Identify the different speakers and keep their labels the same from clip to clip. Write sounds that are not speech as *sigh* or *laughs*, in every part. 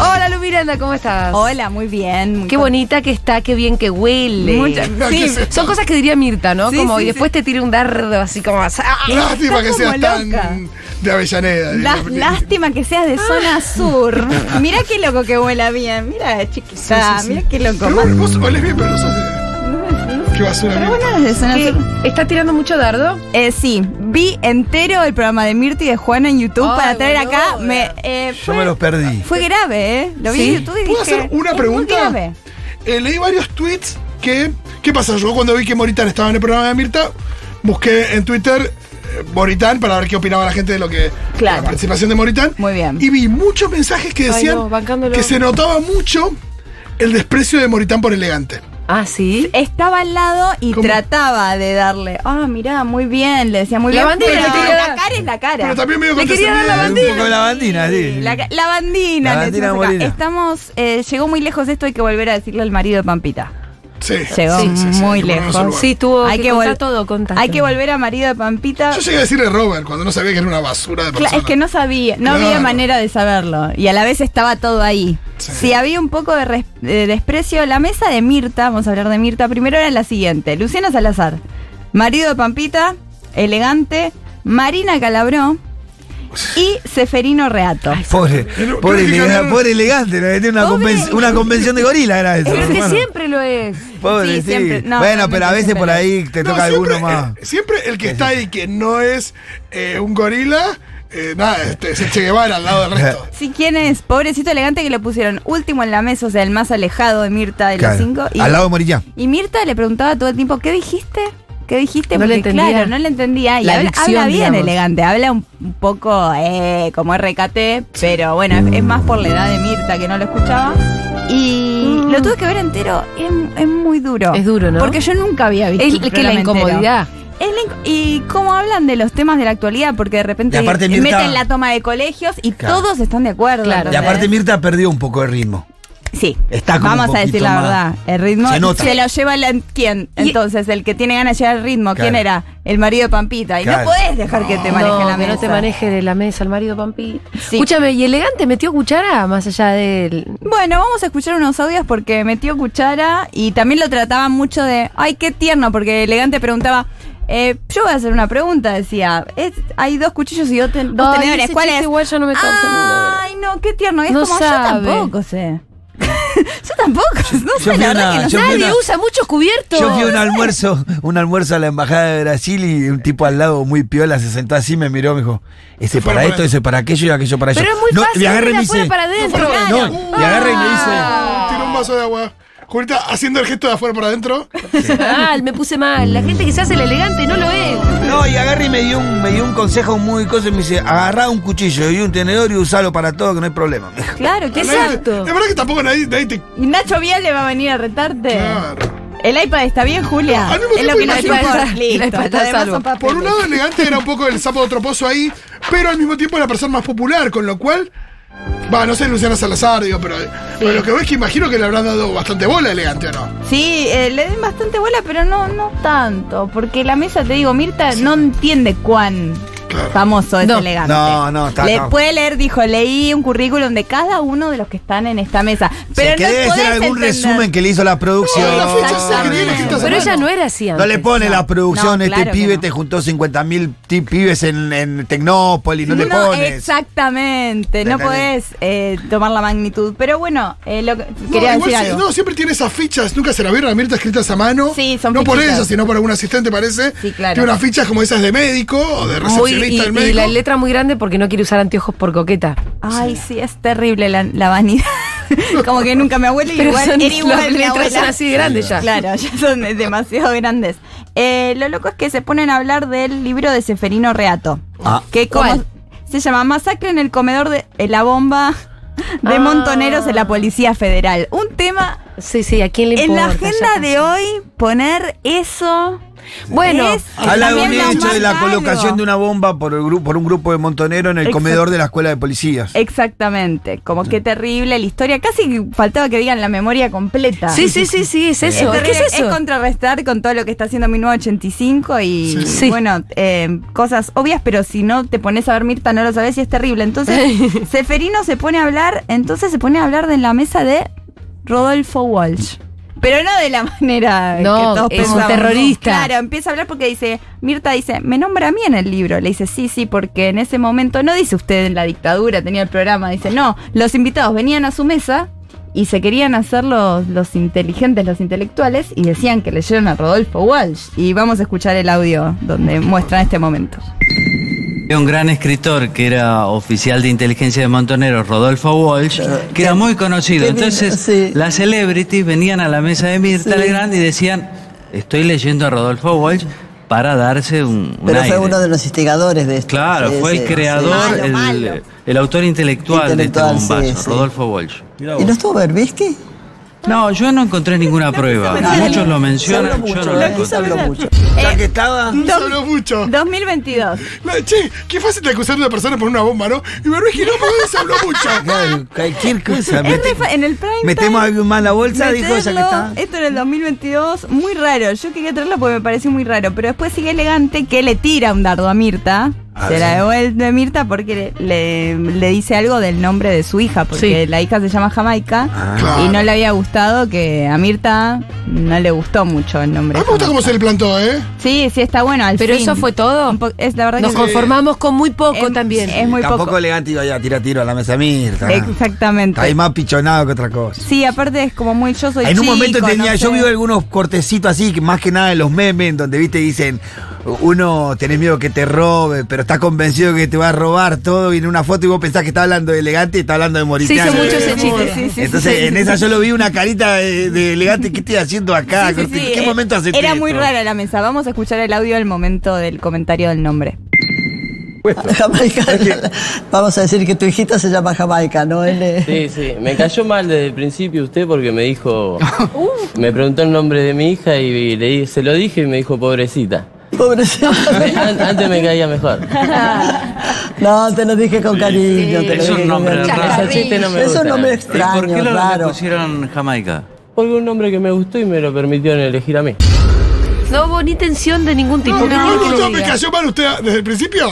Speaker 1: Hola, Lu Miranda, ¿cómo estás?
Speaker 2: Hola, muy bien. muy
Speaker 1: Qué
Speaker 2: con-
Speaker 1: bonita que está, qué bien que huele.
Speaker 2: Muchas- No, sí. ¿qué es esto?
Speaker 1: Son cosas que diría Mirta, ¿no?
Speaker 2: Sí,
Speaker 1: como,
Speaker 2: sí,
Speaker 1: y después te tira un dardo así como. ¡ah!
Speaker 3: Lástima
Speaker 2: Está
Speaker 3: que
Speaker 2: como
Speaker 3: seas
Speaker 2: loca.
Speaker 3: tan de Avellaneda.
Speaker 2: La-
Speaker 3: digo.
Speaker 2: lástima que seas
Speaker 1: Ah.
Speaker 2: de zona sur.
Speaker 3: *laughs*
Speaker 2: Mira qué loco que huela bien. Mira, chiquita. Mira qué loco.
Speaker 3: Pero
Speaker 2: Más-
Speaker 3: bueno, vos olés bien, pero no sos de... Qué basura,
Speaker 2: Pero
Speaker 3: Mirta.
Speaker 2: bueno, es de zona
Speaker 1: ¿Qué?
Speaker 2: sur.
Speaker 1: ¿Está tirando mucho dardo?
Speaker 2: Eh, sí, vi entero el programa de Mirti y de Juana en YouTube
Speaker 1: Ay,
Speaker 2: para traer
Speaker 1: boluda.
Speaker 2: acá. Me, eh,
Speaker 4: Yo me
Speaker 2: fue,
Speaker 4: los perdí.
Speaker 2: fue grave, ¿eh? Lo vi
Speaker 1: ¿Sí?
Speaker 2: en YouTube y
Speaker 3: ¿Puedo
Speaker 2: dije,
Speaker 3: hacer una
Speaker 2: es muy
Speaker 3: pregunta?
Speaker 2: grave.
Speaker 3: Eh, leí varios tweets que... ¿Qué pasa? Yo cuando vi que Moritán estaba en el programa de Mirta, busqué en Twitter eh, Moritán para ver qué opinaba la gente de lo que...
Speaker 2: Claro.
Speaker 3: de La participación de Moritán.
Speaker 2: Muy bien.
Speaker 3: Y vi muchos mensajes que
Speaker 1: Ay,
Speaker 3: decían
Speaker 1: no, bancándolo.
Speaker 3: que se notaba mucho el desprecio de Moritán por elegante.
Speaker 1: Ah, sí.
Speaker 2: Estaba al lado y
Speaker 3: ¿Cómo?
Speaker 2: trataba de darle. Ah, mirá, muy bien. Le decía muy
Speaker 1: La
Speaker 2: bien.
Speaker 1: bandera,
Speaker 2: pero
Speaker 1: quería dar-
Speaker 2: la cara es la cara.
Speaker 3: Pero también medio eh,
Speaker 1: Le quería dar la
Speaker 3: condescendiente.
Speaker 4: Un poco de bandina, sí.
Speaker 2: La, ca- la bandina,
Speaker 4: La
Speaker 2: le
Speaker 4: bandina
Speaker 2: decimos acá.
Speaker 4: Molina.
Speaker 2: Estamos, eh, llegó muy lejos esto, hay que volver a decirle al marido de Pampita.
Speaker 3: Sí.
Speaker 2: Llegó
Speaker 3: sí, sí, sí,
Speaker 2: muy
Speaker 3: hay que ponernos en
Speaker 2: lejos.
Speaker 3: lugar.
Speaker 1: Sí, tuvo
Speaker 2: Hay
Speaker 1: que
Speaker 2: que
Speaker 1: contar
Speaker 2: vol-
Speaker 1: todo, contar
Speaker 2: Hay que
Speaker 1: todo.
Speaker 2: volver a marido de Pampita.
Speaker 3: Yo llegué a decirle Robert cuando no sabía que era una basura de
Speaker 2: Cla-
Speaker 3: persona.
Speaker 2: es que no sabía, no
Speaker 3: Claro.
Speaker 2: había manera de saberlo. Y a la vez estaba todo ahí.
Speaker 3: Sí.
Speaker 2: Si había un poco de, res- de desprecio, la mesa de Mirta, vamos a hablar de Mirta, primero era la siguiente. Luciana Salazar, marido de Pampita, elegante, Marina Calabró y Seferino Reato.
Speaker 4: Pobre,
Speaker 3: *laughs* Pero-
Speaker 4: pobre,
Speaker 3: creo que
Speaker 4: elega-
Speaker 3: ganaron-
Speaker 4: pobre elegante, le metí una,
Speaker 2: Pobre.
Speaker 4: conven- una convención de gorila era eso.
Speaker 1: Pero que
Speaker 4: hermano.
Speaker 1: siempre lo es.
Speaker 4: Pobre,
Speaker 2: Sí,
Speaker 4: sí.
Speaker 2: siempre. No,
Speaker 4: bueno, pero a
Speaker 2: realmente
Speaker 4: veces por
Speaker 2: siempre
Speaker 4: ahí te
Speaker 3: No,
Speaker 4: toca
Speaker 3: siempre,
Speaker 4: alguno más.
Speaker 3: eh, siempre el que está ahí que no es eh, un gorila, eh, nada, este, es el Che Guevara al lado del
Speaker 4: *laughs*
Speaker 3: resto.
Speaker 2: Si quién es, pobrecito elegante que lo pusieron último en la mesa, o sea, el más alejado de Mirta de
Speaker 4: Claro,
Speaker 2: los cinco. Y,
Speaker 4: Al lado de Morillán.
Speaker 2: y Mirta le preguntaba todo el tiempo, ¿qué dijiste? ¿Qué dijiste?
Speaker 1: No le
Speaker 2: Porque,
Speaker 1: entendía.
Speaker 2: claro, no le entendía. Y
Speaker 1: La
Speaker 2: habla,
Speaker 1: dicción,
Speaker 2: habla bien
Speaker 1: digamos.
Speaker 2: elegante, habla un, un poco eh, como RKT, pero bueno, es, es más por la edad de Mirta que no lo escuchaba. Y lo tuve que ver entero, es, es muy duro.
Speaker 1: Mm. Es duro, ¿no?
Speaker 2: Porque yo nunca había visto.
Speaker 1: Es
Speaker 2: un
Speaker 1: que la
Speaker 2: programa entero.
Speaker 1: incomodidad.
Speaker 2: Es la inc- y cómo hablan de los temas de la actualidad, porque de repente
Speaker 4: Y aparte, Mirta-
Speaker 2: meten la toma de colegios y
Speaker 4: Claro.
Speaker 2: todos están de acuerdo.
Speaker 1: Claro.
Speaker 4: Y
Speaker 2: ¿entendés?
Speaker 4: aparte Mirta perdió un poco de ritmo.
Speaker 2: sí.
Speaker 4: Está como
Speaker 2: Vamos
Speaker 4: un
Speaker 2: a decir
Speaker 4: poquito
Speaker 2: la
Speaker 4: más.
Speaker 2: verdad. El ritmo
Speaker 4: Se nota.
Speaker 2: lo lleva el, quién.
Speaker 1: Y-
Speaker 2: Entonces, el que tiene ganas de llevar el ritmo, ¿quién
Speaker 4: Claro.
Speaker 2: era? El marido de Pampita. Y
Speaker 4: Claro.
Speaker 2: no podés dejar que te maneje
Speaker 1: no,
Speaker 2: la
Speaker 1: que
Speaker 2: mesa.
Speaker 1: no te maneje de la mesa el marido Pampita.
Speaker 2: Sí.
Speaker 1: Escúchame, ¿y elegante metió cuchara más allá del.
Speaker 2: Bueno, vamos a escuchar unos audios porque metió cuchara y también lo trataban mucho de. Ay, qué tierno, porque elegante preguntaba. eh, yo voy a hacer una pregunta, decía. es- hay dos cuchillos y dos, ten- dos
Speaker 1: Ay,
Speaker 2: tenedores.
Speaker 1: ese
Speaker 2: ¿Cuál
Speaker 1: chiste
Speaker 2: es? Ah,
Speaker 1: igual yo no me causa ninguna
Speaker 2: Ay, no, qué tierno. Y Es
Speaker 1: No
Speaker 2: como
Speaker 1: sabe.
Speaker 2: yo tampoco sé. *laughs* yo tampoco. No
Speaker 4: Yo
Speaker 2: sé,
Speaker 4: vi
Speaker 2: la verdad
Speaker 4: una-
Speaker 2: que no
Speaker 4: yo
Speaker 2: sé.
Speaker 4: vi
Speaker 1: Nadie
Speaker 4: una-
Speaker 1: usa muchos cubiertos.
Speaker 4: Yo fui a un almuerzo, un almuerzo a la embajada de Brasil y un tipo al lado muy piola se sentó así, me miró, me dijo, ese
Speaker 3: Fuera
Speaker 4: para
Speaker 3: para
Speaker 4: esto,
Speaker 3: esto.
Speaker 4: ese para aquello y aquello para ello.
Speaker 1: Pero es muy
Speaker 4: No,
Speaker 1: fácil.
Speaker 4: y agarra y
Speaker 1: de
Speaker 4: me
Speaker 1: afuera
Speaker 4: dice,
Speaker 1: para adentro.
Speaker 4: no, y agarra y me dice,
Speaker 1: Ah.
Speaker 3: Tira un vaso de agua. Julita haciendo el gesto de afuera para adentro.
Speaker 1: mal, me puse mal. La gente que se hace el elegante no lo es.
Speaker 4: No, y agarra y me dio un, me dio un consejo muy cosa y me dice, agarrá un cuchillo y un tenedor y usalo para todo, que no hay problema. me dijo.
Speaker 2: Claro, qué
Speaker 3: Es verdad que tampoco nadie, nadie te.
Speaker 2: Y Nacho Vial le va a venir a retarte.
Speaker 3: Claro.
Speaker 2: El iPad está bien, Julia.
Speaker 4: Ah,
Speaker 3: No, al mismo
Speaker 2: es lo
Speaker 3: tiempo
Speaker 2: que nos
Speaker 3: imagino-
Speaker 2: importa.
Speaker 1: El iPad-
Speaker 2: Listo,
Speaker 1: el iPad está
Speaker 2: lo demás
Speaker 1: salvo.
Speaker 2: son papeles.
Speaker 3: Por un lado, elegante era un poco el sapo de otro pozo ahí, pero al mismo tiempo era la persona más popular, con lo cual. Va, no sé, Luciana Salazar, digo, pero. pero lo que veo es que imagino que le habrán dado bastante bola a elegante, ¿o no?
Speaker 2: Sí, eh, le den bastante bola, pero no, no tanto. Porque la mesa, te digo, Mirta no entiende cuán
Speaker 3: Claro.
Speaker 2: famoso es
Speaker 1: No.
Speaker 2: elegante.
Speaker 4: No, no, está-
Speaker 2: Le
Speaker 4: no.
Speaker 2: puede leer, dijo, leí un currículum de cada uno de los que están en esta mesa. Pero
Speaker 4: Sí, que
Speaker 2: no
Speaker 4: debe
Speaker 2: podés
Speaker 4: ser algún
Speaker 2: entender.
Speaker 4: resumen que le hizo la producción.
Speaker 3: No, la fecha exacta que tiene que esta
Speaker 1: Pero ella
Speaker 3: semana.
Speaker 1: no era así
Speaker 4: No
Speaker 1: antes.
Speaker 4: le pone la producción,
Speaker 2: No,
Speaker 4: este
Speaker 2: claro que
Speaker 4: pibe
Speaker 2: no.
Speaker 4: te juntó 50 mil pibes en, en Tecnópolis, no, le
Speaker 2: No,
Speaker 4: pones.
Speaker 2: exactamente, no
Speaker 4: Entendés.
Speaker 2: podés eh, tomar la magnitud. Pero bueno, eh, lo que-
Speaker 3: No,
Speaker 2: quería
Speaker 3: igual
Speaker 2: decir
Speaker 3: sí-
Speaker 2: algo.
Speaker 3: no, siempre tiene esas fichas, nunca se la vieron a Mirta escritas a mano.
Speaker 2: Sí, son
Speaker 3: No por
Speaker 2: fichitas.
Speaker 3: ella, sino por algún asistente, parece.
Speaker 2: Sí, claro.
Speaker 3: Tiene unas fichas como esas de médico o de
Speaker 1: Muy, y,
Speaker 3: recepcionista del
Speaker 1: y
Speaker 3: médico.
Speaker 1: la letra muy grande porque no quiere usar anteojos por coqueta.
Speaker 2: Ay, sí, es terrible la, la vanidad. *laughs* Como que nunca me abuela
Speaker 1: *laughs* Pero
Speaker 2: igual
Speaker 1: son,
Speaker 2: era igual a
Speaker 1: las
Speaker 2: mi
Speaker 1: letras son
Speaker 2: abuela.
Speaker 1: así de grandes ya.
Speaker 2: Claro, ya son de- demasiado grandes. Eh, lo loco es que se ponen a hablar del libro de Seferino Reato.
Speaker 4: Ah.
Speaker 2: que como
Speaker 1: ¿Cuál?
Speaker 2: se llama Masacre en el comedor de eh, la bomba de
Speaker 1: Ah.
Speaker 2: Montoneros en la Policía Federal. Un tema
Speaker 1: Sí, sí, ¿a quién le
Speaker 2: En
Speaker 1: importa?
Speaker 2: la
Speaker 1: Ya
Speaker 2: agenda
Speaker 1: pasó.
Speaker 2: de hoy, poner eso.
Speaker 1: Bueno,
Speaker 2: es-
Speaker 4: Habla de un
Speaker 2: también nos
Speaker 4: hecho de la
Speaker 2: manda
Speaker 4: colocación
Speaker 2: algo.
Speaker 4: de una bomba por, el grupo, por un grupo de montoneros en el
Speaker 2: Exacto.
Speaker 4: comedor de la escuela de policías.
Speaker 2: Exactamente, como qué terrible la historia. Casi que faltaba que digan la memoria completa.
Speaker 1: Sí, sí, sí, sí, es
Speaker 2: Es,
Speaker 1: eso.
Speaker 2: terrible,
Speaker 1: ¿Qué es eso?
Speaker 2: es contrarrestar con todo lo que está haciendo 1985 y,
Speaker 3: Sí.
Speaker 1: Sí.
Speaker 2: bueno, eh, cosas obvias, pero si no te pones a ver Mirta no lo sabes y es
Speaker 1: *laughs*
Speaker 2: terrible. Entonces, Seferino se pone a hablar, entonces se pone a hablar de la mesa de Rodolfo Walsh. Pero no de la manera
Speaker 1: No,
Speaker 2: que todos
Speaker 1: es un
Speaker 2: pensamos.
Speaker 1: terrorista.
Speaker 2: Claro, empieza a hablar porque dice, Mirta dice, me nombra a mí en el libro. Le dice, sí, sí, porque en ese momento, no dice usted en la dictadura, tenía el programa, dice, no, los invitados venían a su mesa y se querían hacer los, los inteligentes, los intelectuales, y decían que leyeron a Rodolfo Walsh. Y vamos a escuchar el audio donde muestran
Speaker 1: *laughs*
Speaker 2: este momento.
Speaker 5: Había un gran escritor que era oficial de inteligencia de Montoneros, Rodolfo Walsh, que era muy conocido.
Speaker 6: qué lindo,
Speaker 5: Entonces,
Speaker 6: sí.
Speaker 5: las celebrities venían a la mesa de Mirta
Speaker 6: Sí.
Speaker 5: Legrand y decían: Estoy leyendo a Rodolfo Walsh para darse un. un
Speaker 6: Pero
Speaker 5: aire".
Speaker 6: fue uno de los instigadores de esto.
Speaker 5: Claro,
Speaker 6: Sí,
Speaker 5: fue el
Speaker 6: sí,
Speaker 5: creador,
Speaker 6: sí.
Speaker 5: el, el autor intelectual,
Speaker 6: Intelectual,
Speaker 5: de este bombazo,
Speaker 6: sí, sí.
Speaker 5: Rodolfo Walsh.
Speaker 6: ¿Y no estuvo Berbisky?
Speaker 5: No, yo no encontré ninguna prueba. Muchos lo mencionan, yo no lo
Speaker 6: ¿eh? Se
Speaker 5: encontré.
Speaker 6: habló mucho.
Speaker 4: Ya que estaba.
Speaker 3: No se Ah, habló mucho.
Speaker 2: 2022.
Speaker 3: La- che, qué fácil de acusar a una persona por una bomba, ¿no? Y me que no, porque se habló mucho.
Speaker 4: Claro, Cualquier cosa.
Speaker 2: Es re
Speaker 4: mete-
Speaker 2: fa- en el prime
Speaker 4: Metemos a
Speaker 2: time,
Speaker 4: alguien más en la bolsa, dijo ella que
Speaker 2: meterlo,
Speaker 4: está.
Speaker 2: Esto en el 2022, muy raro. Yo quería traerlo porque me pareció muy raro. Pero después sigue elegante que le tira un dardo a Mirta.
Speaker 4: Ah,
Speaker 2: se
Speaker 4: sí.
Speaker 2: la devuelve a Mirta porque le, le- le dice algo del nombre de su hija. Porque
Speaker 1: Sí.
Speaker 2: la hija se llama Jamaica.
Speaker 4: Ah.
Speaker 3: claro.
Speaker 2: Y no le había gustado que a Mirta no le gustó mucho el
Speaker 3: A
Speaker 2: nombre.
Speaker 3: mí Ah, me gusta cómo se le plantó, ¿eh?
Speaker 2: Sí, sí, está bueno. Al
Speaker 1: Pero
Speaker 2: fin.
Speaker 1: eso fue todo.
Speaker 2: Un po- Es la verdad
Speaker 1: Nos
Speaker 2: que
Speaker 1: conformamos con muy poco
Speaker 2: es-
Speaker 1: también.
Speaker 2: Es muy
Speaker 4: Tampoco
Speaker 2: poco.
Speaker 4: elegante iba ya tira tiro a la mesa Mirta.
Speaker 2: Exactamente.
Speaker 4: Está ahí más pichonado que otra cosa.
Speaker 2: Sí, aparte es como muy yo soy
Speaker 4: en un
Speaker 2: chico,
Speaker 4: momento
Speaker 2: no
Speaker 4: tenía, yo
Speaker 2: sé.
Speaker 4: vi algunos cortecitos así, que más que nada en los memes, donde viste dicen, uno tenés miedo que te robe, pero estás convencido que te va a robar todo, y en una foto y vos pensás que está hablando de elegante y está hablando de
Speaker 1: Se
Speaker 4: moritano.
Speaker 1: hizo mucho
Speaker 3: Sí,
Speaker 1: ese chiste.
Speaker 2: sí, sí, sí,
Speaker 4: Entonces,
Speaker 2: sí.
Speaker 4: en esa yo lo vi una carita de, de elegante, ¿qué estoy haciendo acá?
Speaker 2: Sí, sí,
Speaker 4: Corti?
Speaker 2: sí,
Speaker 4: Ah, ¿Qué
Speaker 2: eh,
Speaker 4: momento hace
Speaker 2: Era muy rara la mesa. Vamos a escuchar el audio al momento del comentario del nombre.
Speaker 6: Jamaica. Vamos a decir que tu hijita se llama Jamaica, ¿no? Él es-
Speaker 7: Sí, sí, me cayó mal desde el principio usted porque me dijo, me preguntó el nombre de mi hija y le di- se lo dije y me dijo pobrecita.
Speaker 6: Pobrecito.
Speaker 5: *laughs*
Speaker 7: Me- an- antes me caía mejor.
Speaker 6: No, te lo dije con cariño. te lo
Speaker 5: Es
Speaker 6: dije
Speaker 5: un
Speaker 6: con
Speaker 5: nombre
Speaker 6: cariño.
Speaker 5: raro.
Speaker 7: Ese chiste no me
Speaker 6: Es un
Speaker 7: gusta.
Speaker 6: nombre
Speaker 5: ¿Y por qué
Speaker 6: extraño,
Speaker 5: lo le
Speaker 6: raro.
Speaker 5: pusieron Jamaica?
Speaker 7: Porque un nombre que me gustó y me lo permitió elegir a mí.
Speaker 1: No hubo ni tensión de ningún tipo.
Speaker 3: No,
Speaker 1: ¿qué
Speaker 3: no,
Speaker 1: quiere
Speaker 3: no,
Speaker 1: que le
Speaker 3: no, me
Speaker 1: diga?
Speaker 3: cayó mal usted desde el principio.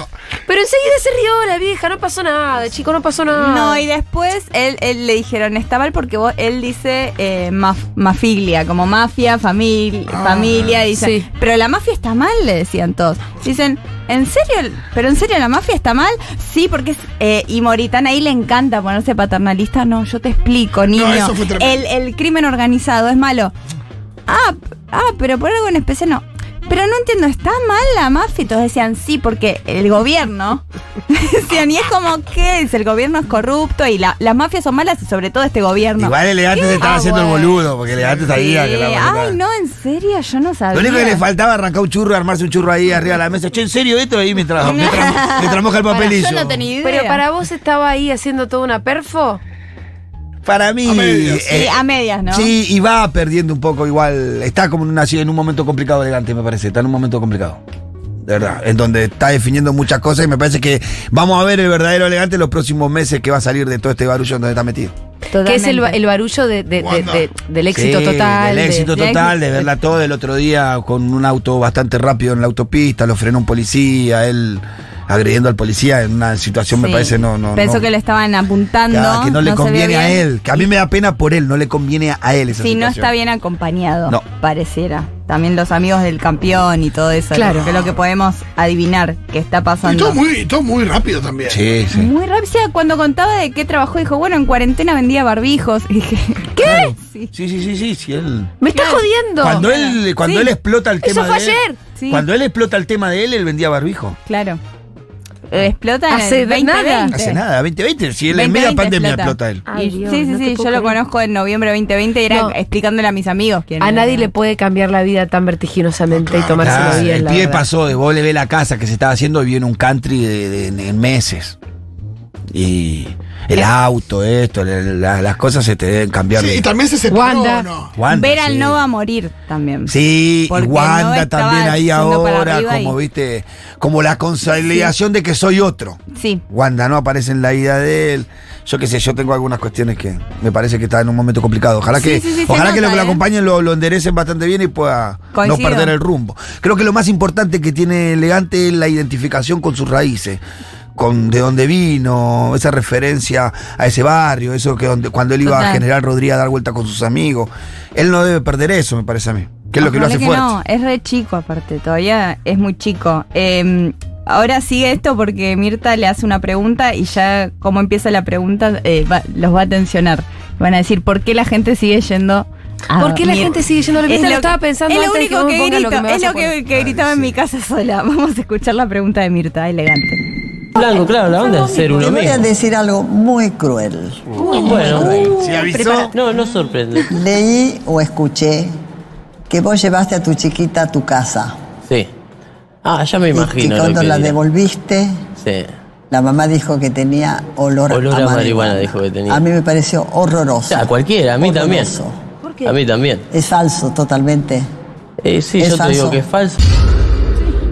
Speaker 1: Pero enseguida se rió la vieja, no pasó nada, chico, no pasó nada.
Speaker 2: No, y después él, él le dijeron, está mal porque vos, él dice eh, maf- mafiglia, como mafia, famil- familia, dice.
Speaker 1: Sí.
Speaker 2: Pero la mafia está mal, le decían todos. Dicen, ¿en serio? ¿Pero en serio la mafia está mal? Sí, porque es, eh, y Moritana ahí le encanta ponerse paternalista. No, yo te explico, niño.
Speaker 3: eso fue tremendo.
Speaker 2: el, el crimen organizado es malo. Ah, p- ah, pero por algo en especial no. Pero no entiendo, ¿está mal la mafia? Y todos decían sí, porque el gobierno. decían, y es como, ¿qué es? El gobierno es corrupto y la- las mafias son malas y sobre todo este gobierno.
Speaker 4: Igual elegante se estaba
Speaker 2: Ah,
Speaker 4: haciendo el
Speaker 2: bueno.
Speaker 4: boludo, porque elegante sabía que la
Speaker 2: Eh,
Speaker 4: boleta-
Speaker 2: Ay, no, en serio, yo no sabía.
Speaker 4: Lo único que le faltaba arrancar un churro, armarse un churro ahí arriba de la mesa. Che, ¿en serio esto? Ahí
Speaker 2: *laughs*
Speaker 4: me trajo, me tra- me tramoja el papelillo.
Speaker 2: Yo no tenía idea.
Speaker 1: Pero para vos estaba ahí haciendo toda una perfo.
Speaker 4: Para mí.
Speaker 3: A medias.
Speaker 2: Sí,
Speaker 4: eh,
Speaker 2: a medias, ¿no?
Speaker 4: Sí, y va perdiendo un poco igual. Está como en, una, en un momento complicado elegante, me parece. Está en un momento complicado. De verdad. En donde está definiendo muchas cosas y me parece que vamos a ver el verdadero elegante en los próximos meses que va a salir de todo este barullo en donde está metido.
Speaker 1: Que es el, ba-
Speaker 2: Totalmente.
Speaker 1: el barullo de- de- de-
Speaker 3: Wanda.
Speaker 1: de- del éxito
Speaker 4: Sí,
Speaker 1: total.
Speaker 4: Del
Speaker 1: de-
Speaker 4: éxito
Speaker 1: de-
Speaker 4: total, de verla todo el otro día con un auto bastante rápido en la autopista, lo frenó un policía, él agrediendo al policía en una situación, me
Speaker 2: Sí.
Speaker 4: parece, no, no.
Speaker 2: Pensó
Speaker 4: no-
Speaker 2: que lo estaban apuntando.
Speaker 4: Claro, que no le
Speaker 2: se
Speaker 4: conviene
Speaker 2: ve
Speaker 4: a
Speaker 2: bien.
Speaker 4: él. Que a mí me da pena por él, no le conviene a él esa
Speaker 2: Sí, no
Speaker 4: situación.
Speaker 2: está bien acompañado,
Speaker 4: No.
Speaker 2: pareciera. También los amigos del campeón y todo eso.
Speaker 1: Claro.
Speaker 2: Que es lo que podemos adivinar que está
Speaker 3: Y
Speaker 2: pasando.
Speaker 3: todo muy, todo muy rápido también.
Speaker 4: Sí, sí.
Speaker 2: Muy rápido. O sea, Cuando contaba de qué trabajó, dijo, bueno, en cuarentena vendía barbijos. *laughs* Y dije, ¿qué? Sí.
Speaker 4: Sí, sí, sí, sí, sí, él.
Speaker 1: Me está jodiendo.
Speaker 4: Cuando él, cuando
Speaker 2: Sí.
Speaker 4: él explota el
Speaker 1: Eso
Speaker 4: tema
Speaker 1: fue
Speaker 4: de él-
Speaker 1: ayer.
Speaker 2: Sí.
Speaker 4: Cuando él explota el tema de él, él vendía barbijo.
Speaker 2: Claro. Eh, Explota en el
Speaker 1: Hace nada.
Speaker 2: 2020.
Speaker 4: Hace nada, 2020, si él en
Speaker 2: 2020
Speaker 4: media pandemia explota él.
Speaker 1: Ay,
Speaker 2: Y-
Speaker 1: Dios,
Speaker 2: sí, sí,
Speaker 1: no te
Speaker 2: sí.
Speaker 1: puedo
Speaker 2: Yo lo
Speaker 1: creer.
Speaker 2: conozco en noviembre 2020 y era
Speaker 1: No.
Speaker 2: explicándole a mis amigos quién
Speaker 1: A
Speaker 2: era.
Speaker 1: nadie le puede cambiar la vida tan vertiginosamente y tomárselo
Speaker 4: Claro,
Speaker 1: bien.
Speaker 4: el
Speaker 1: la
Speaker 4: pibe
Speaker 1: verdad.
Speaker 4: pasó de vos le ve la casa que se estaba haciendo y vive en un country de, de- en- en meses. Y
Speaker 2: Eh.
Speaker 4: El auto, esto, el- la- las cosas se te deben cambiar.
Speaker 3: Sí,
Speaker 4: de-
Speaker 3: y también se separó,
Speaker 1: Wanda.
Speaker 3: ¿no?
Speaker 4: Wanda,
Speaker 2: Ver al
Speaker 4: sí.
Speaker 2: Nova morir también.
Speaker 4: Sí, y
Speaker 2: Porque no
Speaker 4: Wanda
Speaker 2: estaba
Speaker 4: también ahí
Speaker 2: yendo para
Speaker 4: ahora,
Speaker 2: arriba
Speaker 4: como
Speaker 2: y-
Speaker 4: viste, como la consolidación de que soy otro.
Speaker 2: Sí.
Speaker 4: Wanda no aparece en la ida de él. Yo qué sé, yo tengo algunas cuestiones que me parece que está en un momento complicado. Ojalá
Speaker 2: Sí,
Speaker 4: que,
Speaker 2: sí, sí, se
Speaker 4: ojalá que
Speaker 2: nota,
Speaker 4: lo que lo
Speaker 2: ¿eh?
Speaker 4: acompañen lo, lo enderecen bastante bien y pueda no
Speaker 2: Coincido.
Speaker 4: perder el rumbo. Creo que lo más importante que tiene Elegante es la identificación con sus raíces, con de dónde vino, esa referencia a ese barrio, eso que donde, cuando él iba a
Speaker 2: Total.
Speaker 4: General Rodríguez a dar vuelta con sus amigos. Él no debe perder eso, me parece a mí. Que es lo que lo
Speaker 2: Ojalá
Speaker 4: hace fuerte.
Speaker 2: No, es re chico aparte, todavía es muy chico. Eh, ahora sigue esto porque Mirta le hace una pregunta y ya como empieza la pregunta eh, va- los va a tensionar. Van a decir, ¿por qué la gente sigue yendo? a
Speaker 1: ¿Por qué la
Speaker 2: Mir-
Speaker 1: gente sigue yendo a la
Speaker 2: Es
Speaker 1: Mirta? Lo estaba pensando
Speaker 2: es lo
Speaker 1: antes de que
Speaker 2: único
Speaker 1: vos me pongas lo
Speaker 2: grito,
Speaker 1: que me
Speaker 2: es
Speaker 1: vas a
Speaker 2: lo que,
Speaker 1: poner.
Speaker 2: que gritaba en mi casa sola. *laughs* Vamos a escuchar la pregunta de Mirta, elegante.
Speaker 7: Blanco, claro, la onda es ser
Speaker 6: Te
Speaker 7: uno
Speaker 6: voy a
Speaker 7: mismo.
Speaker 6: decir algo muy cruel.
Speaker 7: Bueno,
Speaker 4: Si avisó,
Speaker 7: no, no sorprende.
Speaker 6: Leí o escuché que vos llevaste a tu chiquita a tu casa.
Speaker 7: Sí. Ah, ya me
Speaker 6: Y-
Speaker 7: imagino.
Speaker 6: y
Speaker 7: lo
Speaker 6: cuando
Speaker 7: que
Speaker 6: Este, la
Speaker 7: dirá.
Speaker 6: devolviste,
Speaker 7: Sí.
Speaker 6: la mamá dijo que tenía olor,
Speaker 7: Olor a marihuana dijo que tenía.
Speaker 6: A mí me pareció
Speaker 7: O
Speaker 6: horroroso.
Speaker 7: sea, a cualquiera, a mí también.
Speaker 6: Horroroso.
Speaker 1: ¿Por qué?
Speaker 7: A mí también.
Speaker 6: Es falso totalmente.
Speaker 7: Eh, sí,
Speaker 6: Es
Speaker 7: yo te digo
Speaker 6: falso.
Speaker 7: que es falso.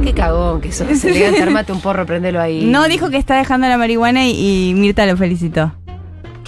Speaker 1: Qué cagón que sos. Elegante, armate un porro, prendelo ahí.
Speaker 2: No dijo que está dejando la marihuana y, y Mirta lo felicitó.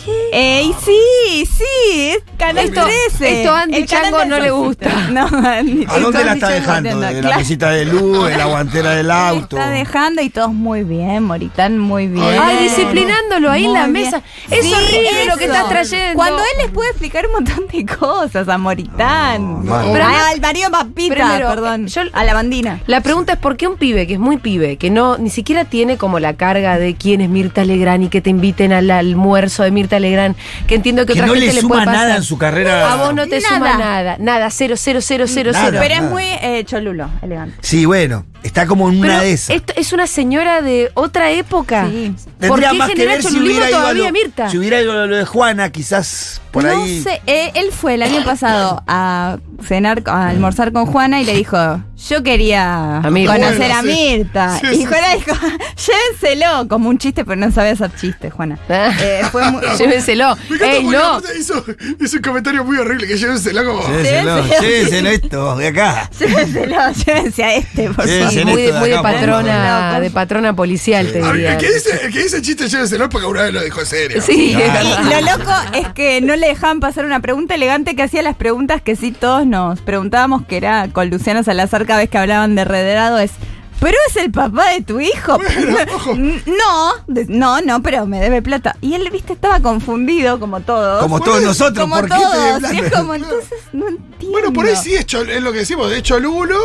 Speaker 2: ¿Qué? ¡Ey, sí! ¡Sí! Es canal
Speaker 1: Esto-
Speaker 2: 13.
Speaker 1: esto a Andy
Speaker 2: El canal
Speaker 1: Chango no
Speaker 2: 13.
Speaker 1: le gusta.
Speaker 2: *laughs* No, Andy-
Speaker 4: ¿a dónde
Speaker 2: esto
Speaker 4: la
Speaker 2: Andy
Speaker 4: está
Speaker 2: Chango
Speaker 4: dejando?
Speaker 2: entiendo.
Speaker 4: ¿En la
Speaker 2: Claro,
Speaker 4: mesita de luz, en la guantera del
Speaker 2: la
Speaker 4: auto.
Speaker 2: Está dejando y todos muy bien, Moritán, muy bien.
Speaker 1: Ay, disciplinándolo ahí en la mesa. Es horrible lo que estás trayendo.
Speaker 2: Cuando él les puede explicar un montón de cosas a Moritán.
Speaker 4: No, mal.
Speaker 1: Pero
Speaker 2: Ah,
Speaker 1: no-
Speaker 2: al marido Papita,
Speaker 1: Primero,
Speaker 2: perdón.
Speaker 1: yo-
Speaker 2: a la bandina.
Speaker 1: La pregunta es por qué un pibe que es muy pibe, que no ni siquiera tiene como la carga de quién es Mirta Legrand y que te inviten al almuerzo de Mirta Legrand, que entiendo que,
Speaker 4: Que
Speaker 1: otra
Speaker 4: no
Speaker 1: gente
Speaker 4: le
Speaker 1: le,
Speaker 4: suma
Speaker 1: puede pasar.
Speaker 4: nada en su carrera.
Speaker 1: A vos no te
Speaker 2: Nada.
Speaker 1: suma nada, nada, cero, cero, cero, cero,
Speaker 4: Nada.
Speaker 1: cero.
Speaker 2: Pero es muy eh, cholulo, elegante.
Speaker 4: Sí, bueno, está como en
Speaker 1: Pero
Speaker 4: una de esas.
Speaker 1: esto es una señora de otra época.
Speaker 2: Sí.
Speaker 1: ¿Por
Speaker 4: Tendría
Speaker 1: qué
Speaker 4: más que
Speaker 1: genera
Speaker 4: ver si
Speaker 1: cholulismo
Speaker 4: hubiera ido a
Speaker 1: todavía
Speaker 4: lo,
Speaker 1: Mirta?
Speaker 4: Si hubiera ido a lo de Juana, quizás por
Speaker 2: no
Speaker 4: ahí.
Speaker 2: sé, eh, él fue el año pasado a cenar, a almorzar con Juana y le dijo, yo quería
Speaker 1: Mirta.
Speaker 2: conocer
Speaker 3: Bueno,
Speaker 2: a
Speaker 3: sí.
Speaker 2: Mirta.
Speaker 3: Sí,
Speaker 2: y
Speaker 3: sí,
Speaker 2: Juana dijo, *laughs* llévenselo, como un chiste, pero no sabía hacer chistes, Juana.
Speaker 1: Ah.
Speaker 2: Eh, fue
Speaker 1: *laughs*
Speaker 2: muy...
Speaker 1: Llévenselo.
Speaker 3: Me encanta
Speaker 1: Ey,
Speaker 3: porque
Speaker 1: Eh, no.
Speaker 3: aparte hizo, hizo un comentario muy horrible que llévensela como.
Speaker 4: Llévenselo,
Speaker 2: Sí, sí.
Speaker 4: llévenselo esto, de acá.
Speaker 2: Llévenselo, llévense a este, por
Speaker 4: Sí,
Speaker 2: favor.
Speaker 1: Sí,
Speaker 4: en
Speaker 1: muy,
Speaker 4: esto de
Speaker 1: muy de
Speaker 4: acá, por
Speaker 1: patrona,
Speaker 2: favor.
Speaker 1: de patrona policial, te
Speaker 3: A ver,
Speaker 1: diría.
Speaker 3: el, que dice, el que dice chiste llévenselo porque una vez lo dijo en serio.
Speaker 1: Sí, es
Speaker 4: Claro.
Speaker 1: verdad.
Speaker 2: Y lo loco es que no le dejaban pasar una pregunta elegante que hacía las preguntas que sí todos nos preguntábamos, que era con Luciano Salazar cada vez que hablaban de Redrado, es, ¿pero es el papá de tu hijo? *laughs*
Speaker 3: ojo.
Speaker 2: no, de- no, no, pero me debe plata. Y él, viste, estaba confundido como todos.
Speaker 4: Como todos nosotros,
Speaker 2: como
Speaker 4: ¿por qué
Speaker 2: todos.
Speaker 4: te
Speaker 2: y es
Speaker 4: hablan? *laughs*
Speaker 2: como, entonces, no entiendo.
Speaker 3: Bueno, por ahí sí es, chol- es lo que decimos, de cholulo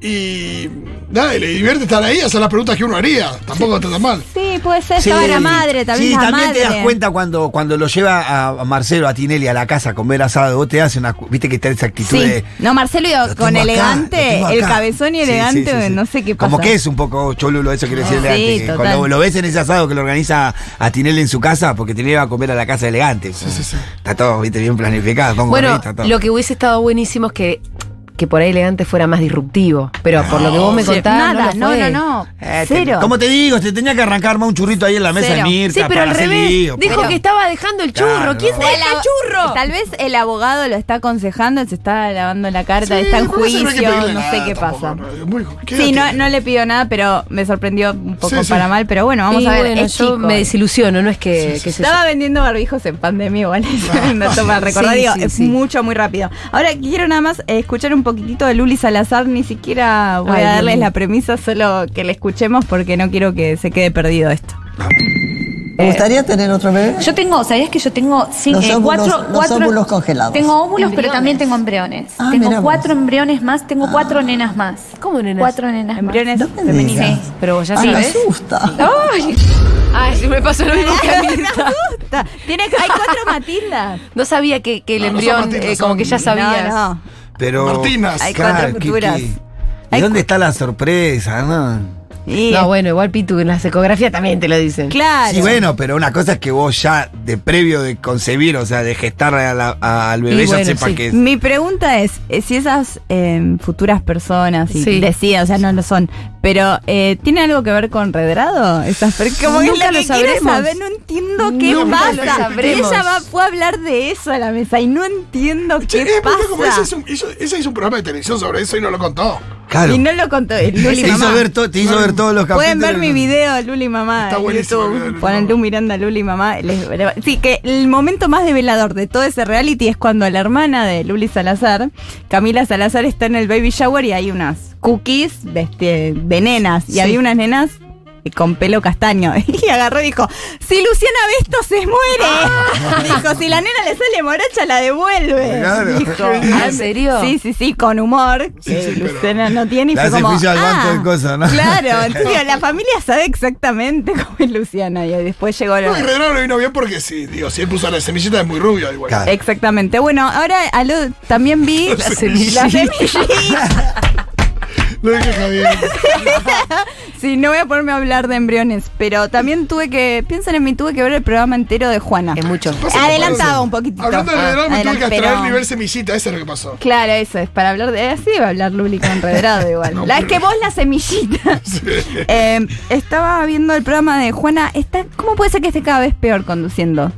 Speaker 3: y. Nada, y le divierte estar ahí, hacer las preguntas que uno haría. Tampoco está tan mal.
Speaker 2: Sí, puede ser,
Speaker 4: Sí.
Speaker 2: estaba la madre, también
Speaker 4: Sí,
Speaker 2: la
Speaker 4: también
Speaker 2: madre.
Speaker 4: te das cuenta cuando, cuando lo lleva a, a Marcelo, a Tinelli, a la casa a comer asado. Vos te das una. cu- Viste que está esa actitud
Speaker 2: Sí,
Speaker 4: de.
Speaker 2: no, Marcelo iba
Speaker 4: "Lo
Speaker 2: con
Speaker 4: tengo acá, lo
Speaker 2: elegante,
Speaker 4: tengo
Speaker 2: el
Speaker 4: acá".
Speaker 2: cabezón y
Speaker 4: Sí, sí,
Speaker 2: elegante,
Speaker 4: sí, sí.
Speaker 2: no sé qué pasa.
Speaker 4: Como que es un poco cholulo, eso quiere decir
Speaker 2: Sí,
Speaker 4: elegante. que
Speaker 2: total.
Speaker 4: cuando lo ves en ese asado que lo organiza a Tinelli en su casa, porque Tinelli va a comer a la casa de elegante. Está todo, viste, bien planificado. con
Speaker 1: Bueno,
Speaker 4: gorrita, todo.
Speaker 1: lo que hubiese estado buenísimo es que, que por ahí elegante fuera más disruptivo. Pero por lo que vos me
Speaker 2: Sí,
Speaker 1: contás.
Speaker 2: nada,
Speaker 1: no,
Speaker 2: no,
Speaker 1: lo fue.
Speaker 2: no, no,
Speaker 4: Eh, te-
Speaker 2: cero.
Speaker 4: Como te digo, te tenía que arrancar más un churrito ahí en la mesa
Speaker 2: Cero.
Speaker 4: de Mirta
Speaker 1: Sí, pero
Speaker 4: para
Speaker 1: al
Speaker 4: hacer
Speaker 1: revés.
Speaker 4: lío,
Speaker 1: dijo
Speaker 4: pero-
Speaker 1: que estaba dejando el churro.
Speaker 4: Claro.
Speaker 1: ¿Quién
Speaker 4: Fue
Speaker 1: deja el churro?
Speaker 2: Tal vez el abogado lo está aconsejando, se está lavando la carta,
Speaker 3: Sí,
Speaker 2: está en
Speaker 3: por eso hay que
Speaker 2: juicio,
Speaker 3: pedirle
Speaker 2: no sé
Speaker 3: nada
Speaker 2: qué
Speaker 3: tampoco,
Speaker 2: pasa.
Speaker 3: ¿no? Es muy- ¿qué
Speaker 2: Sí,
Speaker 3: edad
Speaker 2: no,
Speaker 3: tiene?
Speaker 2: no le pidió nada, pero me sorprendió un poco
Speaker 3: Sí, sí.
Speaker 2: para mal. Pero bueno, vamos
Speaker 1: Y
Speaker 2: a ver.
Speaker 1: bueno,
Speaker 2: es
Speaker 1: yo
Speaker 2: chico.
Speaker 1: me desilusiono, no es que. que sé yo.
Speaker 2: Estaba vendiendo barbijos en pandemia, igual. es *laughs* un dato para recordar,
Speaker 1: Sí,
Speaker 2: digo,
Speaker 1: sí,
Speaker 2: es
Speaker 1: sí.
Speaker 2: mucho, muy rápido. Ahora quiero nada más eh, escuchar un poquitito de Luli Salazar. Ni siquiera voy
Speaker 1: Ay,
Speaker 2: a darles
Speaker 1: Luli.
Speaker 2: la premisa, solo que la escuchemos porque no quiero que se quede perdido esto.
Speaker 6: ¿Te gustaría tener otro bebé?
Speaker 8: Eh, Yo tengo, ¿sabías que yo tengo cin-
Speaker 6: Los
Speaker 8: eh,
Speaker 6: óvulos-
Speaker 8: cuatro,
Speaker 6: los
Speaker 8: cuatro-
Speaker 6: óvulos congelados.
Speaker 8: Tengo óvulos, pero también tengo embriones.
Speaker 6: Ah, mirá
Speaker 8: tengo
Speaker 6: vos. Ah.
Speaker 8: cuatro embriones más, tengo cuatro nenas más.
Speaker 1: ¿Cómo nenas?
Speaker 8: Cuatro nenas
Speaker 2: Embriones
Speaker 6: No me
Speaker 2: femeninos.
Speaker 6: digas.
Speaker 8: Sí,
Speaker 1: pero vos ya
Speaker 6: Ah, me
Speaker 1: sabés.
Speaker 6: asusta.
Speaker 1: ¡Ay! Ay, sí, me pasó
Speaker 2: *laughs*
Speaker 1: lo mismo que a Mirta.
Speaker 2: Está- tiene- hay cuatro
Speaker 1: *laughs*
Speaker 2: Matildas.
Speaker 1: No sabía que, que el
Speaker 3: No, no son
Speaker 1: embrión,
Speaker 3: Matilda,
Speaker 1: eh, como
Speaker 3: son-
Speaker 1: que ya sabías.
Speaker 2: No, no.
Speaker 4: Pero.
Speaker 3: Martinas.
Speaker 2: Hay cuatro
Speaker 4: ¿qué-
Speaker 2: futuras.
Speaker 4: qué- ¿Y
Speaker 2: Hay cu-
Speaker 4: dónde está la sorpresa? no?
Speaker 2: Y-
Speaker 1: No, bueno, igual Pitu en las ecografías también te lo dicen.
Speaker 2: Claro.
Speaker 4: Sí, bueno, pero una cosa es que vos ya de previo de concebir, o sea, de gestar a la- a- al bebé,
Speaker 1: Y
Speaker 4: ya
Speaker 1: bueno,
Speaker 4: sepa
Speaker 1: sí.
Speaker 4: que es.
Speaker 2: Mi pregunta es, eh, si esas eh, futuras personas, y
Speaker 1: Sí.
Speaker 2: decía, o sea, no lo son, pero eh, ¿tiene algo que ver con Redrado? Esas per- como que es
Speaker 1: Nunca
Speaker 2: lo
Speaker 1: lo
Speaker 2: que quiero
Speaker 1: sabremos.
Speaker 2: saber, no entiendo qué
Speaker 1: Nunca
Speaker 2: pasa.
Speaker 1: lo
Speaker 2: Y
Speaker 1: sabremos.
Speaker 2: ella va, fue a hablar de eso a la mesa y no entiendo
Speaker 3: Che,
Speaker 2: qué
Speaker 3: eh, porque como ese
Speaker 2: pasa.
Speaker 3: hizo, un- hizo- ese hizo un programa de televisión sobre eso y no lo contó.
Speaker 4: Claro.
Speaker 2: Y no lo contó. y
Speaker 4: te
Speaker 2: Luli
Speaker 4: hizo,
Speaker 2: mamá.
Speaker 4: ver to- te hizo ver todos los capítulos.
Speaker 2: Pueden ver mi video, Luli Mamá.
Speaker 3: Está
Speaker 2: en
Speaker 3: buenísimo,
Speaker 2: YouTube.
Speaker 3: Luli Mamá.
Speaker 2: Ponen Lu Miranda, Luli Mamá. les- Sí, que el momento más develador de todo ese reality es cuando la hermana de Luli Salazar, Camila Salazar, está en el baby shower y hay unas cookies de, este, de nenas. Y
Speaker 1: Sí.
Speaker 2: había unas nenas con pelo castaño. *laughs* Y agarró y dijo, si Luciana ve esto, se muere. dijo, si la nena le sale morocha, la devuelve.
Speaker 4: Claro.
Speaker 2: Dijo. "Ah,
Speaker 1: ¿En serio?
Speaker 2: Sí, sí, sí, con humor. que
Speaker 3: sí, pero-
Speaker 2: Luciana no tiene. y
Speaker 4: Le
Speaker 2: fue
Speaker 4: hace
Speaker 2: como,
Speaker 4: juicio al banco
Speaker 2: "Ah,
Speaker 4: de cosas, ¿no?"
Speaker 2: Claro, en serio, la familia sabe exactamente *laughs* cómo es Luciana. Y después llegó la-
Speaker 3: No, y Redrado le vino bien porque sí, digo, si él puso la semillita es muy rubio igual.
Speaker 4: Claro.
Speaker 2: Exactamente. Bueno, ahora a lo- también
Speaker 3: *laughs*
Speaker 2: vi la
Speaker 1: semillita.
Speaker 2: semillita.
Speaker 3: Lo
Speaker 2: *laughs*
Speaker 3: dije Javier.
Speaker 2: sí, no voy a ponerme a hablar de embriones, pero también tuve que, piensen en mí, tuve que ver el programa entero de Juana.
Speaker 1: Es mucho.
Speaker 3: Pasa que
Speaker 2: Adelantaba
Speaker 3: parece-
Speaker 2: un poquitito. Ah,
Speaker 3: Hablando de Redrado me tuve
Speaker 2: Adelante,
Speaker 3: que extraer
Speaker 2: pero-
Speaker 3: el nivel semillita, eso es lo que pasó. *laughs*
Speaker 2: Claro, eso es para hablar de. Así va a hablar Luli con Redrado igual.
Speaker 3: No,
Speaker 2: la es
Speaker 3: pero-
Speaker 2: que vos la
Speaker 3: *laughs*
Speaker 2: semillita. Eh, estaba viendo el programa de Juana. Está, ¿Cómo puede ser que esté cada vez peor conduciendo?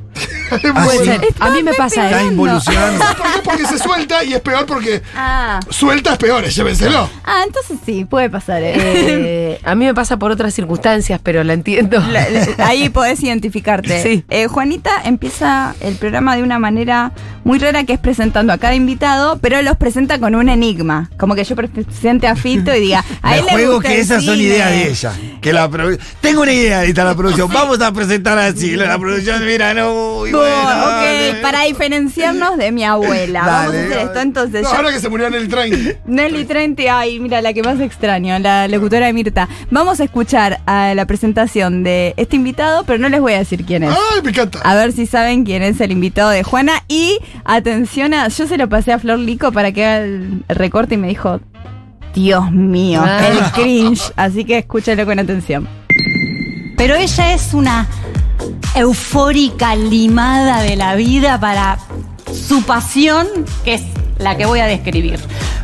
Speaker 4: Ah,
Speaker 1: Puede
Speaker 4: sí.
Speaker 1: ser. A mí me pasa
Speaker 4: Está
Speaker 1: eso.
Speaker 4: involucionando.
Speaker 3: ¿Por qué? Porque se suelta y es peor porque
Speaker 2: Ah,
Speaker 3: suelta es peor, llévenselo.
Speaker 2: ah, entonces sí, puede pasar. eh. *laughs*
Speaker 1: Eh, a mí me pasa por otras circunstancias, pero la entiendo.
Speaker 2: La- la- Ahí podés identificarte.
Speaker 1: Sí.
Speaker 2: Eh, Juanita empieza el programa de una manera muy rara que es presentando a cada invitado, pero los presenta con un enigma. Como que yo presente a Fito y
Speaker 4: *laughs*
Speaker 2: diga, *laughs* a
Speaker 4: Me
Speaker 2: él le
Speaker 4: juego
Speaker 2: gusta
Speaker 4: que
Speaker 2: el
Speaker 4: esas son
Speaker 2: cine.
Speaker 4: ideas de ella. Que la produ- Tengo una idea
Speaker 2: *laughs*
Speaker 4: de la producción. Vamos a presentar así. La producción, mira, no. uy,
Speaker 2: Bueno,
Speaker 4: bueno,
Speaker 2: ok,
Speaker 4: eh.
Speaker 2: para diferenciarnos de mi abuela. Vamos a
Speaker 4: Dale,
Speaker 2: hacer esto
Speaker 4: dale.
Speaker 2: entonces.
Speaker 3: No,
Speaker 2: yo-
Speaker 3: ahora que se murió en el tren.
Speaker 2: Nelly Trenti, ay, mira, la que más extraño, la locutora de Mirta. Vamos a escuchar a la presentación de este invitado, pero no les voy a decir quién es.
Speaker 3: Ay, me encanta.
Speaker 2: A ver si saben quién es el invitado de Juana. Y atención a. Yo se lo pasé a Flor Lico para que haga el recorte y me dijo. Dios mío,
Speaker 1: Ah.
Speaker 2: el cringe. Así que escúchalo con atención.
Speaker 9: Pero ella es una eufórica limada de la vida para su pasión, que es la que voy a describir.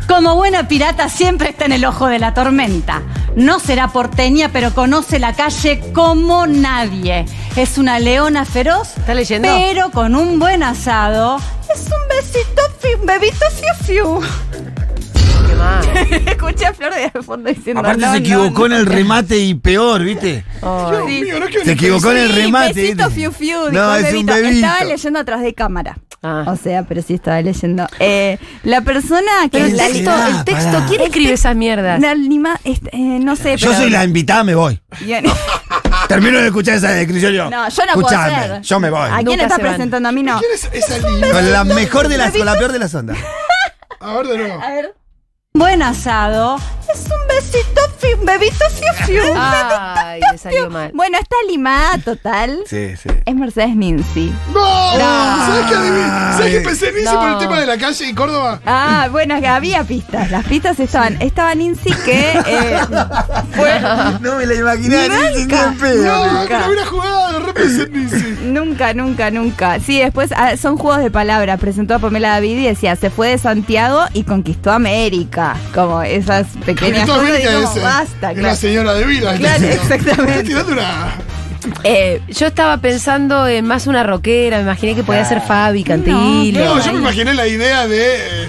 Speaker 9: Como buena pirata siempre está en el ojo de la tormenta. No será porteña, pero conoce la calle como nadie. Es una leona feroz,
Speaker 1: ¿Está leyendo?
Speaker 9: pero con un buen asado. Es un besito, fiu, un bebito fiu fiu.
Speaker 1: Qué mal.
Speaker 9: *laughs*
Speaker 2: Escuché a Flor de fondo diciendo.
Speaker 4: Aparte
Speaker 2: "No,
Speaker 4: se
Speaker 2: no,
Speaker 4: equivocó
Speaker 2: no".
Speaker 4: en el remate y peor, ¿viste?
Speaker 3: Dios mío, no quiero
Speaker 4: Se
Speaker 3: ni
Speaker 4: equivocó en el
Speaker 2: Sí,
Speaker 4: remate.
Speaker 2: besito,
Speaker 4: ¿viste?
Speaker 2: fiu, fiu, dijo
Speaker 4: no,
Speaker 2: el
Speaker 4: es un
Speaker 2: bebito.
Speaker 4: bebito.
Speaker 2: Estaba leyendo atrás de cámara.
Speaker 1: Ah.
Speaker 2: O sea, pero sí estaba leyendo. Eh, la persona que
Speaker 1: Pero el
Speaker 2: la
Speaker 1: texto,
Speaker 4: Ah,
Speaker 1: el texto,
Speaker 4: pará.
Speaker 1: ¿quién escribe esas mierdas?
Speaker 2: la lima- este, eh, no sé,
Speaker 4: Yo
Speaker 2: pero- *laughs*
Speaker 4: soy la invitada, me voy. Termino de escuchar esa descripción yo.
Speaker 2: No, yo no puedo
Speaker 4: Escuchame,
Speaker 2: ser.
Speaker 4: yo me voy.
Speaker 2: ¿A quién
Speaker 1: Nunca
Speaker 2: está
Speaker 1: se van.
Speaker 2: presentando? A mí no.
Speaker 3: ¿Quién es esa linda?
Speaker 4: Con la mejor de las, con la peor de las ondas.
Speaker 3: A ver de nuevo.
Speaker 2: A ver.
Speaker 9: Buen asado. Es un besito, fiu, un bebito fiu fiu.
Speaker 1: Ay, le salió mal.
Speaker 2: Bueno, está limada total.
Speaker 4: Sí, sí.
Speaker 2: Es Mercedes Ninzi.
Speaker 3: ¡No! ¿Sabes qué adiviné? ¿Sabes qué pensé en Izzy por el
Speaker 1: No.
Speaker 3: tema de la calle y Córdoba?
Speaker 2: Ah, bueno, que había pistas. Las pistas estaban. Estaba Ninzi que eh, fue-
Speaker 4: No me la imaginé. ni siquiera en pedo.
Speaker 3: No, que lo hubiera jugado, re pensé en Izzy.
Speaker 2: Nunca, nunca, nunca. Sí, después ah, son juegos de palabras. Presentó a Pamela David y decía, se fue de Santiago y conquistó América. Como esas pequeñas
Speaker 3: Porque toda
Speaker 2: cosas.
Speaker 3: América
Speaker 2: y como,
Speaker 3: es, eh,
Speaker 2: basta,
Speaker 3: es
Speaker 2: claro.
Speaker 3: la señora de Vila.
Speaker 2: Claro,
Speaker 3: ¿no?
Speaker 2: exactamente.
Speaker 3: Está tirando una...
Speaker 2: Eh,
Speaker 1: Yo estaba pensando en más una rockera, me imaginé que podía ser Fabi, Cantilo.
Speaker 3: No, yo me imaginé la idea de... eh,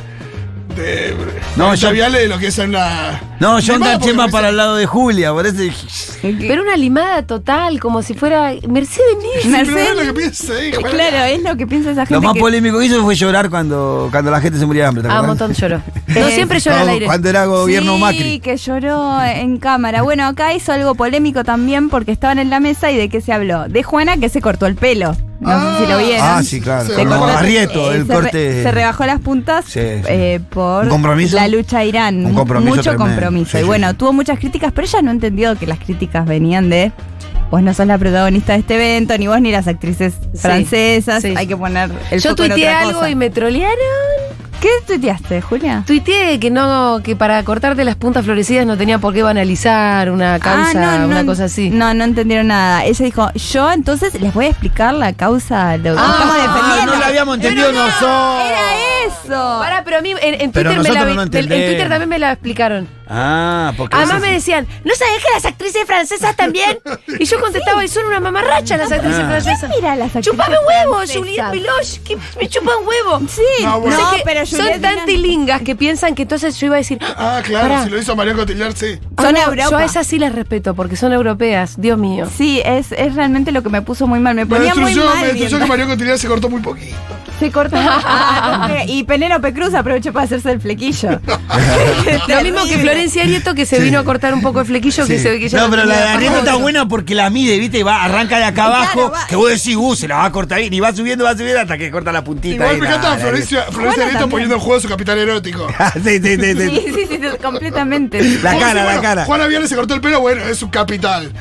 Speaker 3: De...
Speaker 4: No,
Speaker 3: No,
Speaker 4: yo-
Speaker 3: de lo que es una...
Speaker 4: No, yo
Speaker 3: Limada,
Speaker 4: andaba
Speaker 3: porque
Speaker 4: chema
Speaker 3: me
Speaker 4: para el lado de Julia, por eso dije,
Speaker 1: Pero una limada total, como si fuera Mercedes Ninzi.
Speaker 3: parece- Pero es
Speaker 2: Mercedes,
Speaker 3: lo que piensa, eh, bueno.
Speaker 2: *laughs* claro, es lo que piensa esa
Speaker 4: Lo
Speaker 2: gente.
Speaker 4: más
Speaker 2: que-
Speaker 4: polémico que hizo fue llorar cuando, cuando la gente se moría de hambre. ¿te
Speaker 1: Ah, un
Speaker 4: acordás?
Speaker 1: montón lloró. No,
Speaker 2: Eh,
Speaker 1: siempre llora al
Speaker 4: Cuando-
Speaker 1: aire.
Speaker 4: Cuando era gobierno
Speaker 2: sí,
Speaker 4: Macri.
Speaker 2: que lloró en cámara. Bueno, acá hizo algo polémico también porque estaban en la mesa y de qué se habló. De Juana que se cortó el pelo. No sé si lo vieron.
Speaker 4: Ah, sí, claro.
Speaker 3: Se
Speaker 2: Se
Speaker 4: Como
Speaker 3: cortó-
Speaker 4: Barrieto,
Speaker 2: eh,
Speaker 4: el
Speaker 2: se re-
Speaker 4: corte.
Speaker 2: se rebajó las puntas
Speaker 4: Sí, sí.
Speaker 2: eh, por
Speaker 4: ¿Un compromiso?
Speaker 2: la lucha a Irán.
Speaker 4: Un compromiso
Speaker 2: Mucho
Speaker 4: tremendo.
Speaker 2: compromiso.
Speaker 4: Sí,
Speaker 2: y
Speaker 4: sí,
Speaker 2: bueno,
Speaker 4: sí.
Speaker 2: tuvo muchas críticas, pero ella no entendió que las críticas venían de. Vos no sos la protagonista de este evento, ni vos ni las actrices
Speaker 1: Sí,
Speaker 2: francesas.
Speaker 1: sí.
Speaker 2: Hay que poner el
Speaker 1: yo
Speaker 2: foco en
Speaker 1: tuiteé
Speaker 2: otra
Speaker 1: algo
Speaker 2: cosa.
Speaker 1: y me trolearon.
Speaker 2: ¿Qué tuiteaste, Julia?
Speaker 1: Tuiteé que no, que para cortarte las puntas florecidas no tenía por qué banalizar una causa,
Speaker 2: Ah, no, no,
Speaker 1: una cosa así.
Speaker 2: No, no entendieron nada. Ella dijo, yo entonces les voy a explicar la causa. Lo que
Speaker 1: Ah,
Speaker 2: estamos defendiendo.
Speaker 4: Ah, no la habíamos entendido nosotros.
Speaker 2: Era eso.
Speaker 1: Pará, pero a mí en, en Twitter
Speaker 4: Pero
Speaker 1: me la
Speaker 4: nosotros
Speaker 1: vi-
Speaker 4: no
Speaker 1: en Twitter
Speaker 4: entendemos.
Speaker 1: también me la explicaron.
Speaker 4: Ah, porque.
Speaker 1: Además
Speaker 4: eso
Speaker 1: me
Speaker 4: sí.
Speaker 1: decían, ¿no sabés que las actrices francesas también? Y yo contestaba, y son una mamarracha las actrices
Speaker 4: Ah.
Speaker 1: francesas.
Speaker 2: Mira las actrices
Speaker 1: Chupame huevo,
Speaker 2: francesas.
Speaker 1: Juliette Miloche, que me chupan huevo.
Speaker 2: Sí,
Speaker 3: No,
Speaker 2: no,
Speaker 3: bueno.
Speaker 1: Sé que
Speaker 2: pero Juliette
Speaker 1: son tan
Speaker 2: Milan-
Speaker 1: tilingas que piensan que entonces yo iba a decir,
Speaker 3: Ah, claro,
Speaker 1: Pará.
Speaker 3: si lo hizo María Cotillar, sí.
Speaker 1: "Ah,
Speaker 2: Son
Speaker 1: no,
Speaker 2: Europa.
Speaker 1: yo a esas sí las respeto porque son europeas, Dios mío.
Speaker 2: Sí, es, es realmente lo que me puso muy mal. Me
Speaker 3: Me
Speaker 2: ponía muy
Speaker 3: destruyó,
Speaker 2: mal.
Speaker 3: me destruyó que
Speaker 1: *laughs*
Speaker 2: viendo.
Speaker 3: María Cotillar se cortó muy poquito.
Speaker 2: Se cortó. Ah, no, y Penélope Cruz aprovechó para hacerse el
Speaker 3: *laughs*
Speaker 2: flequillo.
Speaker 1: Lo mismo que Florencia Arieto que se vino a cortar un poco el flequillo que
Speaker 4: Sí.
Speaker 1: se ve que ya
Speaker 4: No, pero la
Speaker 1: tenía
Speaker 4: de Arrieta está
Speaker 1: otro.
Speaker 4: buena porque la mide, ¿viste? Y va, arranca de acá abajo.
Speaker 2: va.
Speaker 4: Que vos decís, uh, se la va a cortar bien. Y va subiendo, va subiendo hasta que corta la puntita.
Speaker 3: Igual
Speaker 4: y
Speaker 3: me
Speaker 4: nada,
Speaker 3: encanta
Speaker 4: la-
Speaker 3: Florencia, Florencia
Speaker 2: Bueno,
Speaker 3: Nieto
Speaker 2: también.
Speaker 3: poniendo en juego su capital erótico.
Speaker 4: *laughs* sí, sí, sí, sí.
Speaker 2: Sí, sí, sí, sí, completamente.
Speaker 4: La
Speaker 3: Bueno,
Speaker 4: cara,
Speaker 3: bueno,
Speaker 4: la cara.
Speaker 3: Juana Viale se cortó el pelo, bueno, es
Speaker 2: *laughs*
Speaker 3: su capital.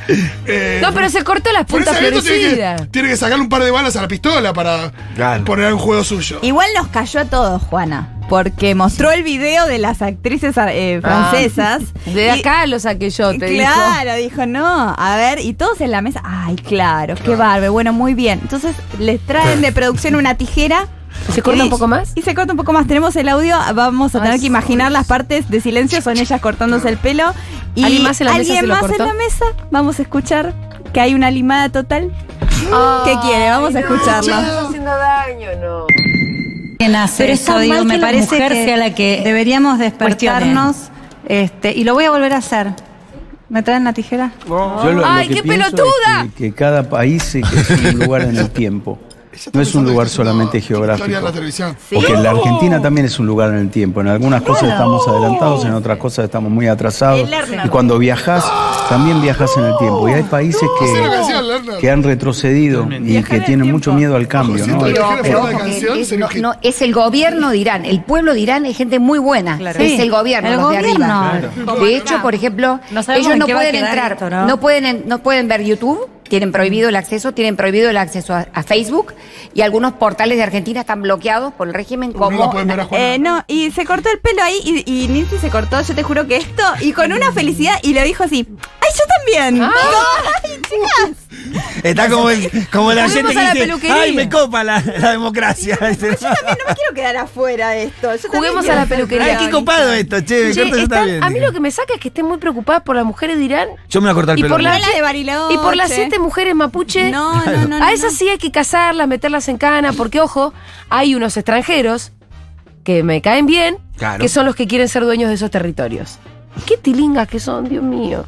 Speaker 3: Eh,
Speaker 1: No, pero se cortó las
Speaker 3: Florencia
Speaker 1: puntas
Speaker 3: Nieto tiene
Speaker 1: florecidas.
Speaker 3: que, tiene que sacarle un par de balas a la pistola para
Speaker 4: Claro.
Speaker 3: poner en juego suyo.
Speaker 2: Igual nos cayó a todos, Juana. Porque mostró el video de las actrices eh,
Speaker 1: Ah.
Speaker 2: francesas.
Speaker 1: De
Speaker 2: Y-
Speaker 1: acá lo saqué yo, te dijo.
Speaker 2: Claro, dijo. no. A ver, y todos en la mesa. Ay, claro, qué barbe. Bueno, muy bien. Entonces les traen de producción una tijera.
Speaker 1: ¿Y se corta
Speaker 2: Y-
Speaker 1: un poco más?
Speaker 2: Y se corta un poco más. Tenemos el audio. Vamos a
Speaker 1: Ay,
Speaker 2: tener que imaginar las partes de silencio. Son ellas cortándose el pelo. Y
Speaker 1: ¿Alguien más en la mesa
Speaker 2: alguien
Speaker 1: se lo
Speaker 2: más
Speaker 1: cortó?
Speaker 2: en la mesa. Vamos a escuchar que hay una limada total. ¿Qué quiere? Vamos a escucharlo.
Speaker 1: haciendo daño, no.
Speaker 9: ¿Quién hace
Speaker 8: Pero está
Speaker 9: eso? Digo,
Speaker 8: mal
Speaker 9: me
Speaker 8: que la
Speaker 9: parece
Speaker 8: mujer
Speaker 9: que,
Speaker 8: sea la que
Speaker 9: deberíamos
Speaker 8: cuestione.
Speaker 9: despertarnos. Este, y lo voy a volver a hacer. ¿Me traen la tijera?
Speaker 10: Yo lo- lo
Speaker 1: ¡Ay,
Speaker 10: que
Speaker 1: qué
Speaker 10: pienso es
Speaker 1: pelotuda!
Speaker 10: que- que, cada país es un lugar en el tiempo. No es un lugar solamente
Speaker 3: Historia
Speaker 10: geográfico.
Speaker 3: de la televisión.
Speaker 10: Porque la Argentina también es un lugar en el tiempo. En algunas cosas estamos adelantados, en otras cosas estamos muy atrasados.
Speaker 2: El Lerner.
Speaker 10: Y cuando viajas, también viajas en el tiempo. Y hay países
Speaker 3: Esa es la
Speaker 10: que,
Speaker 3: canción, Lerner.
Speaker 10: que han retrocedido y
Speaker 2: Viajar en
Speaker 10: que
Speaker 2: el
Speaker 10: tienen mucho
Speaker 2: tiempo.
Speaker 10: miedo al cambio.
Speaker 3: Ojo,
Speaker 10: ¿no?
Speaker 3: si te
Speaker 10: Eh,
Speaker 3: dijeron fuera de canción, sería un hit.
Speaker 9: es el gobierno de Irán, el pueblo de Irán es gente muy buena.
Speaker 8: Es el
Speaker 9: gobierno,
Speaker 8: los de arriba.
Speaker 9: De hecho, por ejemplo,
Speaker 8: No sabemos
Speaker 9: ellos
Speaker 8: en
Speaker 9: no
Speaker 8: qué va a
Speaker 9: pueden
Speaker 8: quedar
Speaker 9: entrar,
Speaker 8: esto, ¿no?
Speaker 9: ¿no? pueden en- no pueden ver YouTube, tienen prohibido el acceso, tienen prohibido el acceso a, a Facebook y algunos portales de Argentina están bloqueados por el régimen
Speaker 3: No la
Speaker 9: como
Speaker 3: pueden ver a Juana.
Speaker 2: Eh, no, y se cortó el pelo ahí y, y Nancy se cortó, yo te juro que esto, y con una felicidad, y lo dijo así, ¡ay, yo también! ¡Ay, chicas!
Speaker 4: Está como, el- como la
Speaker 1: Volvemos
Speaker 4: gente
Speaker 1: a la
Speaker 4: que dice,
Speaker 1: peluquería.
Speaker 4: ay, me copa la, la democracia.
Speaker 2: Pero yo también no me quiero quedar afuera de esto. Yo también
Speaker 1: Juguemos
Speaker 2: quiero
Speaker 1: a la
Speaker 2: ser
Speaker 1: peluquería.
Speaker 4: Ay,
Speaker 2: protagonista.
Speaker 4: qué copado esto, che.
Speaker 1: Che,
Speaker 4: corta, está
Speaker 1: están-
Speaker 4: bien.
Speaker 1: a mí lo que me saca es que estén muy preocupadas por las mujeres de Irán
Speaker 4: Yo me voy a cortar
Speaker 1: y
Speaker 4: el pelo.
Speaker 1: por la-
Speaker 2: Hola, de Bariloche.
Speaker 1: y por las siete mujeres mapuche.
Speaker 4: *laughs*
Speaker 2: No, *laughs* no, no. no,
Speaker 1: a esas sí hay que casarlas, meterlas en cana, porque ojo, hay unos extranjeros que me caen bien,
Speaker 4: Claro.
Speaker 1: que son los que quieren ser dueños de esos territorios. Qué tilingas que son, Dios mío.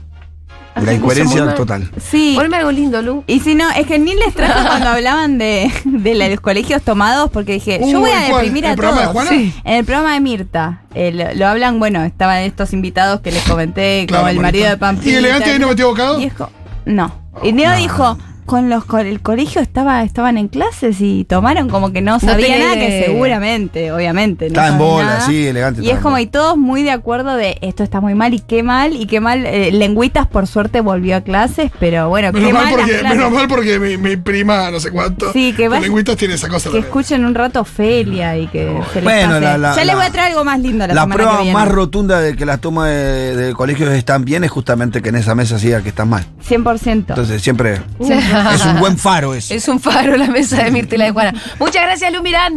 Speaker 4: La incoherencia
Speaker 1: Hacen
Speaker 4: total.
Speaker 2: no. Sí.
Speaker 1: Ponme algo lindo, Lu.
Speaker 2: Y si no, es que ni les trajo cuando hablaban de, de la- los colegios tomados, porque dije, yo
Speaker 3: Uh,
Speaker 2: voy a
Speaker 3: ¿en cuál?
Speaker 2: deprimir
Speaker 3: ¿En
Speaker 2: a
Speaker 3: el programa de
Speaker 2: todos.
Speaker 3: Juana?
Speaker 2: En el programa de Mirta. Eh, lo, lo hablan, bueno, estaban estos invitados que les comenté,
Speaker 3: Claro,
Speaker 2: como el
Speaker 3: bonito.
Speaker 2: marido de Pampita.
Speaker 3: ¿Y elegante ahí no metió bocado?
Speaker 2: Y es co- no. Y Neo dijo, con los con el colegio estaba, estaban en clases y tomaron como que no sabían
Speaker 1: tenía
Speaker 2: nada, que
Speaker 1: idea.
Speaker 2: seguramente, obviamente. no
Speaker 4: Estaba en
Speaker 2: saben
Speaker 4: bola,
Speaker 2: nada.
Speaker 4: sí, elegante,
Speaker 2: Y
Speaker 4: estaba
Speaker 2: es
Speaker 4: en
Speaker 2: como,
Speaker 4: bola.
Speaker 2: y todos muy de acuerdo de esto está muy mal y qué mal, y qué mal. eh, Lengüitas, por suerte, volvió a clases, pero bueno,
Speaker 3: Menos
Speaker 2: qué
Speaker 3: mal,
Speaker 2: mal. las
Speaker 3: porque,
Speaker 2: clases.
Speaker 3: menos mal porque mi, mi prima, no sé cuánto,
Speaker 2: Sí, que
Speaker 3: de
Speaker 2: vas-
Speaker 3: lingüistas tiene esa cosa.
Speaker 2: Que
Speaker 3: también.
Speaker 2: escuchen un rato Felia y que se les
Speaker 4: Bueno,
Speaker 2: pase.
Speaker 4: la- la-
Speaker 2: Ya les
Speaker 4: la-
Speaker 2: voy a traer algo más lindo la,
Speaker 4: La
Speaker 2: semana que
Speaker 4: prueba
Speaker 2: viene.
Speaker 4: más rotunda de que las tomas de, de colegios están bien es justamente que en esa mesa siga que están mal.
Speaker 2: 100%.
Speaker 4: Entonces siempre es un buen faro eso.
Speaker 1: Es un faro la mesa de Mirtela de Juana. Muchas gracias, Lu Mirán.